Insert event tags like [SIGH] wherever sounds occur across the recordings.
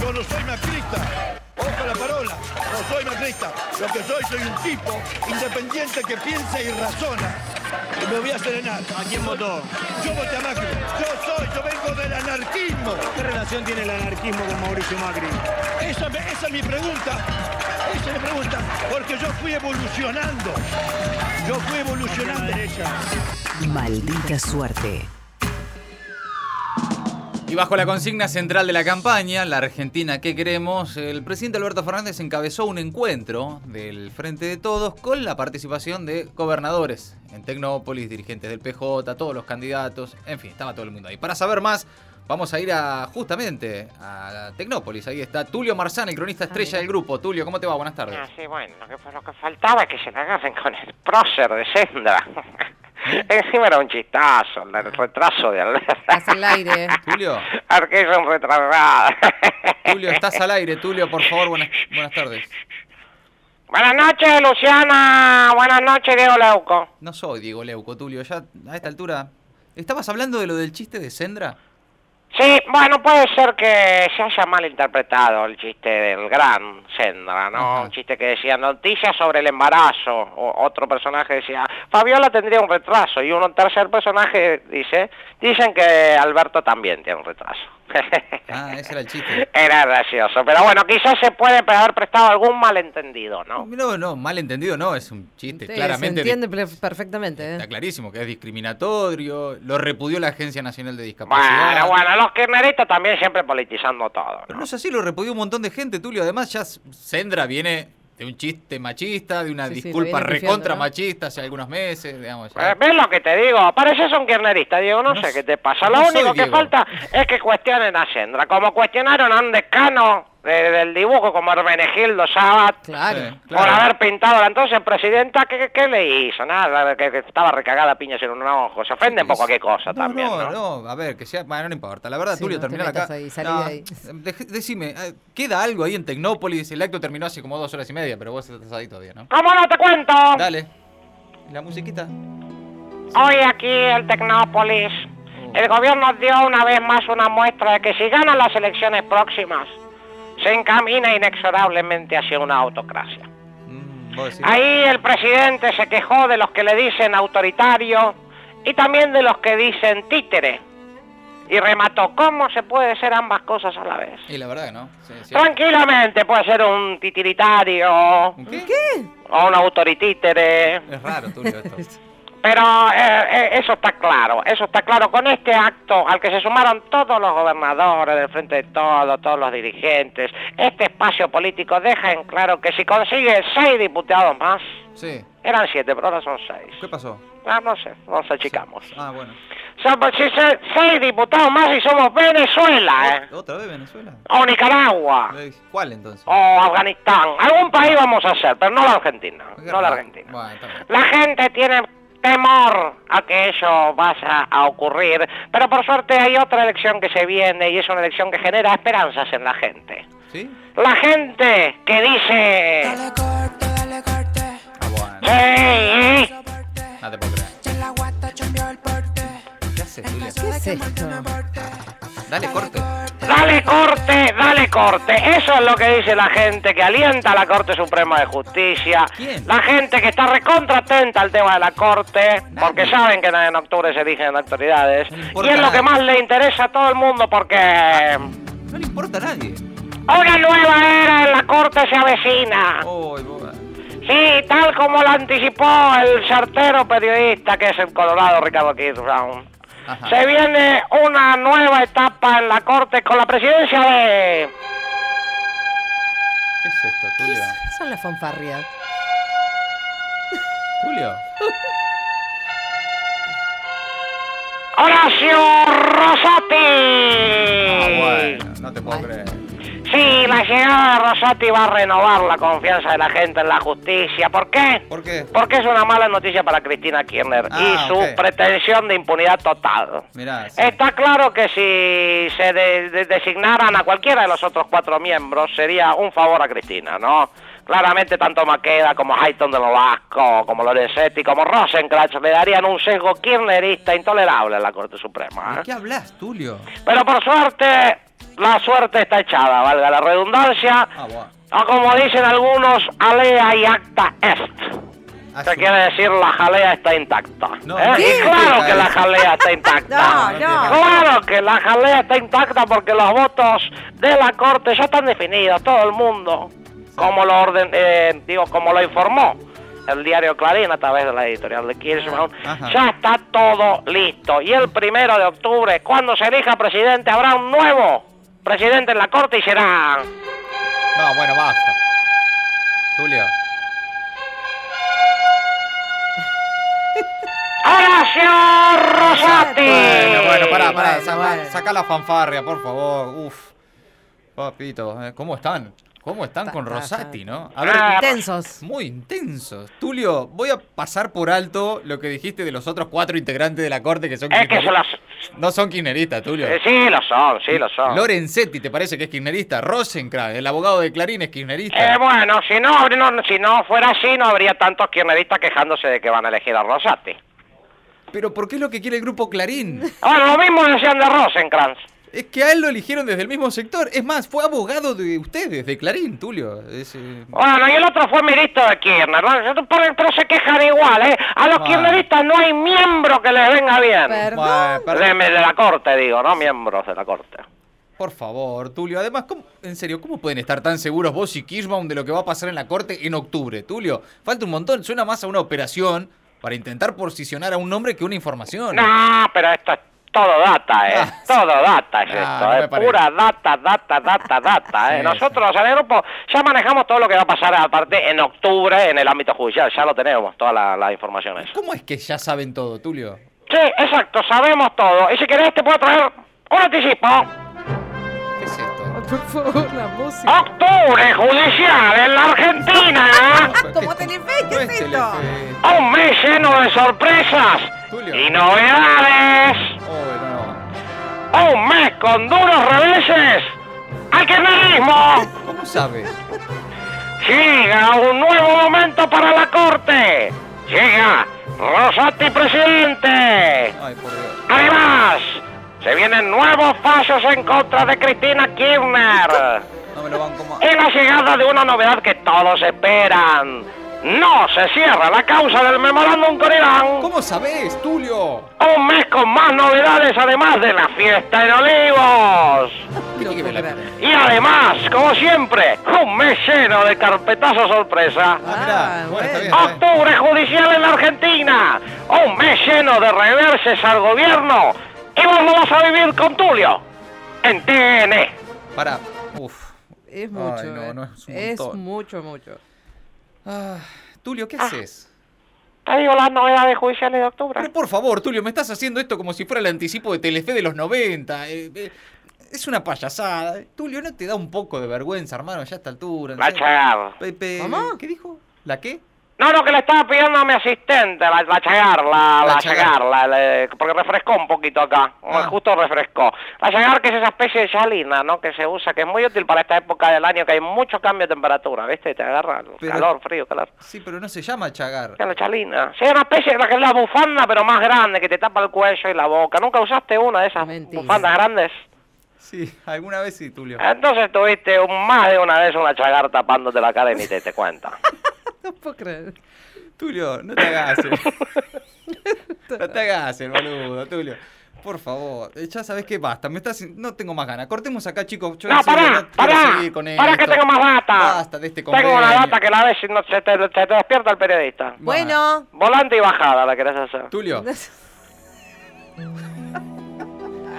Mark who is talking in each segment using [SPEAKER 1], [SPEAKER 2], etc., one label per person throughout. [SPEAKER 1] yo no soy macrista. Ojo a la parola, no soy macrista. Lo que soy, soy un tipo independiente que piensa y razona. Y me voy a serenar.
[SPEAKER 2] ¿A quién votó?
[SPEAKER 1] Yo voté a Macri. Yo soy, yo vengo del anarquismo.
[SPEAKER 2] ¿Qué relación tiene el anarquismo con Mauricio Macri?
[SPEAKER 1] Esa, me- esa es mi pregunta. Esa es mi pregunta. Porque yo fui evolucionando. Yo fui
[SPEAKER 2] La
[SPEAKER 1] evolucionando.
[SPEAKER 2] derecha.
[SPEAKER 3] Maldita suerte.
[SPEAKER 4] Y bajo la consigna central de la campaña, la Argentina que queremos, el presidente Alberto Fernández encabezó un encuentro del Frente de Todos con la participación de gobernadores en Tecnópolis, dirigentes del PJ, todos los candidatos, en fin, estaba todo el mundo ahí. Para saber más, vamos a ir a justamente a Tecnópolis. Ahí está Tulio Marzán, el cronista estrella del grupo. Tulio, ¿cómo te va? Buenas tardes.
[SPEAKER 5] Ah, sí, bueno, lo que, lo que faltaba es que se la agarren con el prócer de Sendra. Encima era un chistazo, el del retraso de Alberto. [LAUGHS]
[SPEAKER 6] Hace el aire.
[SPEAKER 4] Tulio,
[SPEAKER 5] Porque es un retrasado. [LAUGHS]
[SPEAKER 4] Tulio, estás al aire. Tulio, por favor, buenas, buenas tardes.
[SPEAKER 5] Buenas noches, Luciana. Buenas noches, Diego Leuco.
[SPEAKER 4] No soy Diego Leuco, Tulio, ya a esta altura... ¿Estabas hablando de lo del chiste de Sendra?
[SPEAKER 5] Sí, bueno, puede ser que se haya malinterpretado el chiste del gran Sendra, ¿no?
[SPEAKER 4] Ajá.
[SPEAKER 5] Un chiste que decía noticias sobre el embarazo. O otro personaje decía, Fabiola tendría un retraso. Y un tercer personaje dice, dicen que Alberto también tiene un retraso. [LAUGHS]
[SPEAKER 4] Ah, ese era el chiste.
[SPEAKER 5] Era gracioso, pero bueno, quizás se puede haber prestado algún malentendido, [LAUGHS] ¿no?
[SPEAKER 4] No, no, malentendido no, es un chiste,
[SPEAKER 6] Sí,
[SPEAKER 4] claramente.
[SPEAKER 6] Se entiende ple- perfectamente.
[SPEAKER 4] Está
[SPEAKER 6] ¿eh?
[SPEAKER 4] clarísimo que es discriminatorio, lo repudió la Agencia Nacional de Discapacidad.
[SPEAKER 5] Bueno, bueno, los kirchneristas también siempre politizando todo,
[SPEAKER 4] Pero
[SPEAKER 5] ¿no?
[SPEAKER 4] no es así, lo repudió un montón de gente, Tulio. Además, ya Sendra viene de un chiste machista, de una
[SPEAKER 6] Sí, sí, lo
[SPEAKER 4] disculpa
[SPEAKER 6] viene pifiando,
[SPEAKER 4] recontra
[SPEAKER 6] ¿no?
[SPEAKER 4] machista hace algunos meses, digamos. ya.
[SPEAKER 5] Eh, ¿Ves lo que te digo? Pareces un kirchnerista, Diego, no,
[SPEAKER 4] No
[SPEAKER 5] sé
[SPEAKER 4] s-
[SPEAKER 5] qué te pasa. Lo
[SPEAKER 4] no soy
[SPEAKER 5] único que
[SPEAKER 4] Diego.
[SPEAKER 5] falta es que cuestionen a Sendra, como cuestionaron a un decano de- del dibujo como Hermenegildo Sabat.
[SPEAKER 6] Claro.
[SPEAKER 4] Sí,
[SPEAKER 5] Por
[SPEAKER 4] claro.
[SPEAKER 5] haber pintado a la entonces presidenta, ¿qué, qué- qué le hizo? Nada, que, que estaba recagada a piñas en un ojo. Se ofenden por cualquier cosa
[SPEAKER 4] No,
[SPEAKER 5] también,
[SPEAKER 4] No,
[SPEAKER 5] ¿no?
[SPEAKER 4] no, a ver, que sea. Bueno, no importa. La verdad,
[SPEAKER 6] Sí,
[SPEAKER 4] Tulio,
[SPEAKER 6] no te
[SPEAKER 4] terminar
[SPEAKER 6] metas
[SPEAKER 4] acá.
[SPEAKER 6] ahí, salí de ahí.
[SPEAKER 4] dej- decime, eh, ¿queda algo ahí en Tecnópolis? El acto terminó hace como dos horas y media, pero vos estás ahí todavía, ¿no?
[SPEAKER 5] ¿Cómo no te cuento?
[SPEAKER 4] Dale. La musiquita.
[SPEAKER 5] Hoy aquí en Tecnópolis,
[SPEAKER 4] Oh.
[SPEAKER 5] el gobierno dio una vez más una muestra de que si ganan las elecciones próximas, se encamina inexorablemente hacia una autocracia.
[SPEAKER 4] Mm, vos decís.
[SPEAKER 5] Ahí el presidente se quejó de los que le dicen autoritario y también de los que dicen títere. Y remató, ¿cómo se puede ser ambas cosas a la vez?
[SPEAKER 4] Y la verdad que no. Sí, sí.
[SPEAKER 5] Tranquilamente puede ser un titiritario
[SPEAKER 4] ¿Un
[SPEAKER 5] o
[SPEAKER 4] ¿Qué?
[SPEAKER 5] un autoritítere.
[SPEAKER 4] Es raro, Tulio, esto.
[SPEAKER 5] [LAUGHS] Pero eh, eh, eso está claro, eso está claro. Con este acto al que se sumaron todos los gobernadores del Frente de Todos, todos los dirigentes, este espacio político deja en claro que si consigue seis diputados más,
[SPEAKER 4] Sí.
[SPEAKER 5] eran siete, pero ahora son seis.
[SPEAKER 4] ¿Qué pasó?
[SPEAKER 5] Ah, no sé, nos achicamos.
[SPEAKER 4] Ah, bueno.
[SPEAKER 5] Son pues, sí, se- seis diputados más y somos Venezuela, ¿eh?
[SPEAKER 4] ¿Otra vez Venezuela?
[SPEAKER 5] O Nicaragua,
[SPEAKER 4] ¿Cuál entonces?
[SPEAKER 5] o Afganistán. Algún país vamos a hacer, pero no la Argentina, no la Argentina.
[SPEAKER 4] Bueno, está bien.
[SPEAKER 5] La gente tiene temor a que eso vaya a ocurrir, pero por suerte hay otra elección que se viene y es una elección que genera esperanzas en la gente.
[SPEAKER 4] ¿Sí?
[SPEAKER 5] La gente que dice,
[SPEAKER 7] Dale corte, dale corte,
[SPEAKER 4] Ah, bueno.
[SPEAKER 5] sí,
[SPEAKER 7] soporte.
[SPEAKER 4] No te puedo creer.
[SPEAKER 7] Ya la guata chambeó el porte.
[SPEAKER 4] ¿Qué haces, Tulio?
[SPEAKER 7] Caso de
[SPEAKER 6] es
[SPEAKER 7] que muerte
[SPEAKER 6] esto?
[SPEAKER 7] me porte.
[SPEAKER 4] Dale, corte.
[SPEAKER 5] dale corte, dale corte. Eso es lo que dice la gente que alienta a la Corte Suprema de Justicia.
[SPEAKER 4] ¿Quién?
[SPEAKER 5] La gente que está recontra atenta al tema de la Corte, porque saben que en octubre se eligen autoridades.
[SPEAKER 4] No
[SPEAKER 5] Y
[SPEAKER 4] importa
[SPEAKER 5] es lo que
[SPEAKER 4] nada.
[SPEAKER 5] más le interesa a todo el mundo porque...
[SPEAKER 4] No le importa a nadie.
[SPEAKER 5] Una nueva era en la corte se avecina.
[SPEAKER 4] Uy, boba.
[SPEAKER 5] Sí, tal como lo anticipó el certero periodista que es el colorado Ricardo Keith Brown.
[SPEAKER 4] Ajá.
[SPEAKER 5] Se viene una nueva etapa en la corte con la presidencia de...
[SPEAKER 4] ¿Qué es esto, Tulio?
[SPEAKER 6] Son las fanfarrias.
[SPEAKER 4] Tulio.
[SPEAKER 5] Horacio Rosati.
[SPEAKER 4] Ah, bueno. No te puedo creer.
[SPEAKER 5] Sí, la llegada de Rosati va a renovar la confianza de la gente en la justicia. ¿Por qué?
[SPEAKER 4] ¿Por qué?
[SPEAKER 5] Porque es una mala noticia para Cristina Kirchner
[SPEAKER 4] Ah,
[SPEAKER 5] y su
[SPEAKER 4] ok.
[SPEAKER 5] pretensión de impunidad total.
[SPEAKER 4] Mirá. sí.
[SPEAKER 5] Está claro que si se de- de- designaran a cualquiera de los otros cuatro miembros sería un favor a Cristina, ¿no? Claramente tanto Maqueda como Hayton de Nolasco, como Lorenzetti, como Rosencrantz le darían un sesgo kirchnerista intolerable a la Corte Suprema.
[SPEAKER 4] ¿De
[SPEAKER 5] ¿eh?
[SPEAKER 4] qué hablas, Tulio?
[SPEAKER 5] Pero por suerte, la suerte está echada, valga la redundancia.
[SPEAKER 4] Ah, bueno.
[SPEAKER 5] O como dicen algunos, alea y acta est. Eso
[SPEAKER 4] Asum-
[SPEAKER 5] quiere decir la jalea está intacta.
[SPEAKER 4] Ah, No,
[SPEAKER 5] ¿eh?
[SPEAKER 4] no
[SPEAKER 5] Y
[SPEAKER 4] ¿Qué?
[SPEAKER 5] claro que la
[SPEAKER 4] eso.
[SPEAKER 5] jalea
[SPEAKER 4] [LAUGHS]
[SPEAKER 5] está intacta.
[SPEAKER 6] No, no.
[SPEAKER 5] Claro que la jalea está intacta porque los votos de la corte ya están definidos, todo el mundo. Como lo orden, eh, digo, como lo informó el diario Clarín a través de la editorial de Kirchhoff,
[SPEAKER 4] Ajá.
[SPEAKER 5] ya está todo listo. Y el primero de octubre, cuando se elija presidente, habrá un nuevo presidente en la corte y será.
[SPEAKER 4] No, bueno, basta. Tulio.
[SPEAKER 5] Horacio Rosati.
[SPEAKER 4] Bueno, bueno, pará, pará.
[SPEAKER 6] Bueno,
[SPEAKER 4] sa-
[SPEAKER 6] bueno.
[SPEAKER 4] Saca la fanfarria, por favor. Uf. Papito, eh, ¿cómo están? ¿Cómo están
[SPEAKER 6] Ta-
[SPEAKER 4] con
[SPEAKER 6] ta-
[SPEAKER 4] Rosati,
[SPEAKER 6] ta.
[SPEAKER 4] no? A ver,
[SPEAKER 5] Ah,
[SPEAKER 6] Intensos.
[SPEAKER 4] muy intensos. Tulio, voy a pasar por alto lo que dijiste de los otros cuatro integrantes de la corte que son
[SPEAKER 5] Es que se
[SPEAKER 4] kirchneristas.
[SPEAKER 5] las.
[SPEAKER 4] No son kirchneristas, Tulio.
[SPEAKER 5] Eh, sí, lo son, sí, lo son.
[SPEAKER 4] Lorenzetti, ¿te parece que es kirchnerista? Rosencrantz, el abogado de Clarín, es kirchnerista.
[SPEAKER 5] Eh, bueno, si no, habr- no- si no fuera así, no habría tantos kirchneristas quejándose de que van a elegir a Rosati.
[SPEAKER 4] Pero ¿por qué es lo que quiere el grupo Clarín?
[SPEAKER 5] Bueno, lo mismo decían de Rosencrantz.
[SPEAKER 4] Es que a él lo eligieron desde el mismo sector. Es más, fue abogado de ustedes, de Clarín, Tulio. Es, eh,
[SPEAKER 5] Bueno, y el otro fue ministro de Kirchner, ¿no? pero, pero se quejan igual, ¿eh? A los
[SPEAKER 4] Bueno.
[SPEAKER 5] kirchneristas no hay miembro que les venga bien.
[SPEAKER 6] Perdón.
[SPEAKER 4] Bueno, para-
[SPEAKER 5] De, de la corte, digo, no miembros de la corte.
[SPEAKER 4] por favor, Tulio. Además, ¿cómo- en serio, ¿cómo pueden estar tan seguros vos y Kirchbaum de lo que va a pasar en la corte en octubre, Tulio? Falta un montón. Suena más a una operación para intentar posicionar a un nombre que una información.
[SPEAKER 5] No, pero esto es todo data, ¿eh?
[SPEAKER 4] Ah, sí.
[SPEAKER 5] Todo data es
[SPEAKER 4] Ah,
[SPEAKER 5] esto,
[SPEAKER 4] no
[SPEAKER 5] ¿eh?
[SPEAKER 4] me parece.
[SPEAKER 5] Pura data, data, data, data, ¿eh?
[SPEAKER 4] [LAUGHS] Sí,
[SPEAKER 5] Nosotros en el grupo ya manejamos todo lo que va a pasar, aparte, en octubre en el ámbito judicial. Ya lo tenemos, todas las las informaciones.
[SPEAKER 4] ¿Cómo es que ya saben todo, Tulio?
[SPEAKER 5] Sí, exacto, sabemos todo. Y si querés te puedo traer un anticipo.
[SPEAKER 4] ¿Qué es esto?
[SPEAKER 6] Por favor, la música.
[SPEAKER 5] Octubre judicial en la Argentina.
[SPEAKER 4] [LAUGHS]
[SPEAKER 6] ¿Cómo Telefe? ¿Qué
[SPEAKER 4] No
[SPEAKER 6] es esto?
[SPEAKER 4] Telefe.
[SPEAKER 5] Un mes lleno de sorpresas
[SPEAKER 4] Tulio.
[SPEAKER 5] y novedades.
[SPEAKER 4] Oh, no, no.
[SPEAKER 5] Un mes con duros reveses al kirchnerismo.
[SPEAKER 4] ¿Cómo sabe?
[SPEAKER 5] Llega un nuevo momento para la corte. Llega Rosati presidente.
[SPEAKER 4] Ay, por Dios.
[SPEAKER 5] Además, se vienen nuevos fallos en contra de Cristina Kirchner.
[SPEAKER 4] No me lo van como...
[SPEAKER 5] Y la llegada de una novedad que todos esperan. No se cierra la causa del memorándum con Irán.
[SPEAKER 4] ¿Cómo sabés, Tulio?
[SPEAKER 5] Un mes con más novedades además de la fiesta en Olivos.
[SPEAKER 6] No puedo
[SPEAKER 4] la-
[SPEAKER 6] creer.
[SPEAKER 5] Y además, como siempre, un mes lleno de carpetazo sorpresa.
[SPEAKER 4] Ah, mirá.
[SPEAKER 6] Ah,
[SPEAKER 4] bueno, está bien,
[SPEAKER 6] bueno.
[SPEAKER 4] está bien.
[SPEAKER 5] Octubre judicial en la Argentina. Un mes lleno de reverses al gobierno. Y vos lo vas a vivir con Tulio. En TN.
[SPEAKER 4] Pará. Uf.
[SPEAKER 6] Es mucho.
[SPEAKER 4] Ay, no,
[SPEAKER 6] eh.
[SPEAKER 4] no, es un
[SPEAKER 6] es
[SPEAKER 4] montón.
[SPEAKER 6] mucho, mucho. [LAUGHS]
[SPEAKER 4] Ah, Tulio, ¿qué haces?
[SPEAKER 5] Te digo las novedades judiciales de octubre.
[SPEAKER 4] Pero por favor, Tulio, me estás haciendo esto como si fuera el anticipo de Telefe de los 90. eh, eh, es una payasada. Tulio, ¿no te da un poco de vergüenza, hermano, ya a esta altura? en
[SPEAKER 5] La
[SPEAKER 4] serio?
[SPEAKER 5] chagar.
[SPEAKER 4] Pepe,
[SPEAKER 6] ¿Cómo?
[SPEAKER 4] ¿Qué dijo? ¿La qué?
[SPEAKER 5] No, no, que le estaba pidiendo a mi asistente, la, la chagar, la,
[SPEAKER 4] La
[SPEAKER 5] la
[SPEAKER 4] chagar.
[SPEAKER 5] chagar, la- la- porque refrescó un poquito acá,
[SPEAKER 4] Ah.
[SPEAKER 5] justo refrescó. La chagar que es esa especie de chalina, ¿no? Que se usa, que es muy útil para esta época del año, que hay muchos cambios de temperatura, ¿viste? Te agarra
[SPEAKER 4] Pero-
[SPEAKER 5] calor, frío, calor.
[SPEAKER 4] Sí, pero no se llama Chagar.
[SPEAKER 5] Es la chalina. Sí, es una especie de la, que es la bufanda, pero más grande, que te tapa el cuello y la boca. ¿Nunca usaste una de esas
[SPEAKER 6] Mentira.
[SPEAKER 5] bufandas grandes?
[SPEAKER 4] Sí, alguna vez sí, Tulio.
[SPEAKER 5] Entonces tuviste un, más de una vez una chagar tapándote la cara y ni te
[SPEAKER 4] [LAUGHS]
[SPEAKER 5] te cuenta.
[SPEAKER 6] No puedo creer.
[SPEAKER 4] Tulio, no te hagas. el- [LAUGHS] no te hagas el boludo, Tulio. Por favor, eh, ya sabes que basta, me estás, no tengo más ganas. Cortemos acá, chicos. Yo
[SPEAKER 5] No,
[SPEAKER 4] en serio
[SPEAKER 5] pará,
[SPEAKER 4] no quiero
[SPEAKER 5] pará,
[SPEAKER 4] seguir con
[SPEAKER 5] pará que
[SPEAKER 4] esto.
[SPEAKER 5] tengo más data.
[SPEAKER 4] Basta de este
[SPEAKER 5] tengo una
[SPEAKER 4] convenio.
[SPEAKER 5] data que la ves y no, se, te, se te despierta el periodista.
[SPEAKER 6] Bueno.
[SPEAKER 5] Volante y bajada la querés hacer.
[SPEAKER 6] [LAUGHS]
[SPEAKER 4] Tulio,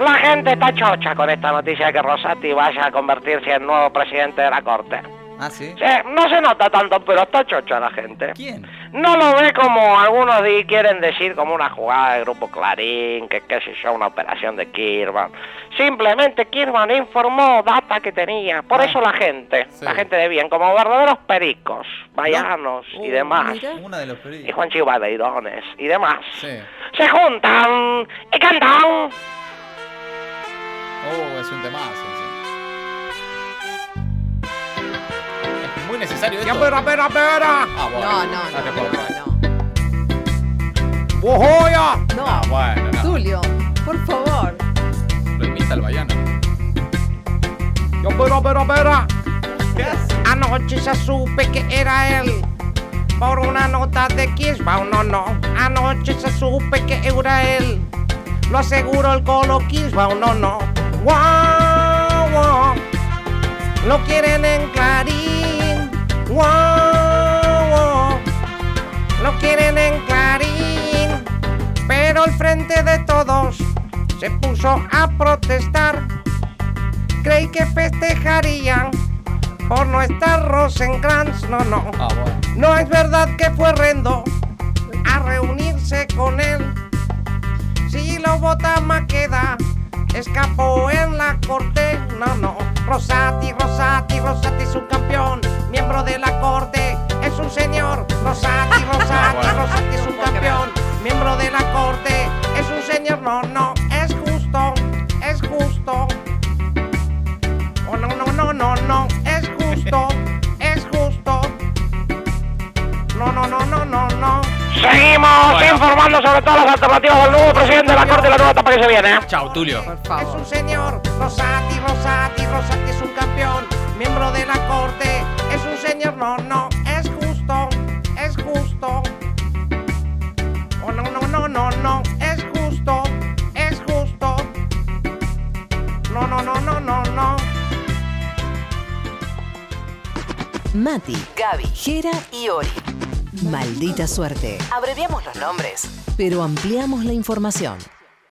[SPEAKER 5] La gente está chocha con esta noticia de que Rosati vaya a convertirse en nuevo presidente de la corte.
[SPEAKER 4] ¿ah, sí?
[SPEAKER 5] Sí, no se nota tanto, pero está chocha la gente.
[SPEAKER 4] ¿Quién?
[SPEAKER 5] No lo ve como algunos di- quieren decir, como una jugada de grupo Clarín, que qué sé yo, una operación de Kirman. Simplemente Kirman informó data que tenía. Por
[SPEAKER 4] Ah.
[SPEAKER 5] eso la gente,
[SPEAKER 4] Sí.
[SPEAKER 5] la gente de bien, como verdaderos pericos, vallanos y
[SPEAKER 4] Uh,
[SPEAKER 5] demás,
[SPEAKER 6] mira.
[SPEAKER 4] Una de los
[SPEAKER 5] y
[SPEAKER 4] periodistas.
[SPEAKER 5] Juan Chivaleirones y demás,
[SPEAKER 4] Sí.
[SPEAKER 5] se juntan y cantan.
[SPEAKER 4] Oh, es un temazo. Sí. Es muy necesario esto.
[SPEAKER 2] pera, pera, pera!
[SPEAKER 4] Ah, bueno.
[SPEAKER 6] No, no,
[SPEAKER 4] Ah,
[SPEAKER 6] no,
[SPEAKER 4] te puedo.
[SPEAKER 6] no, no.
[SPEAKER 2] ¡Bojoya!
[SPEAKER 6] No.
[SPEAKER 4] Ah, bueno, no.
[SPEAKER 6] Tulio, por favor.
[SPEAKER 4] Lo imita el bayano.
[SPEAKER 8] Yo, pero, pero, pero. Anoche ya supe que era él. Por una nota de Kirschbaum, no, no. Anoche ya supe que era él. Lo aseguro el colo Kirschbaum, no, no. Wow, wow. Lo quieren en Clarín. Wow, wow. Lo quieren en Clarín. Pero al frente de todos se puso a protestar. Creí que festejarían por no estar Rosenkrantz, no, no.
[SPEAKER 4] Ah, bueno.
[SPEAKER 8] No es verdad que fue Rendo a reunirse con él. Si lo vota Maqueda, escapó en la corte. No, no. Rosati, Rosati, Rosati es un campeón, miembro de la corte, es un señor. Rosati, Rosati, Rosati es un campeón, miembro de la corte, es un señor. No, no, es justo, es justo. Oh, no, no, no, no, no, es justo, es justo. No, no, no, no, no, no. Seguimos informando sobre todas las alternativas del nuevo presidente de la Corte y la nueva etapa que se viene.
[SPEAKER 4] Chau, Tulio.
[SPEAKER 9] Por
[SPEAKER 8] Es
[SPEAKER 9] favor.
[SPEAKER 8] un señor, Rosati, Rosati, Rosati es un campeón, miembro de la Corte. Es un señor, no, no, es justo, es justo. Oh, no, no, no, no, no, es justo, es justo. No, no, no, no, no, no.
[SPEAKER 3] Mati, Gaby, Jera y Ori. Maldita suerte. Abreviamos los nombres, pero ampliamos la información.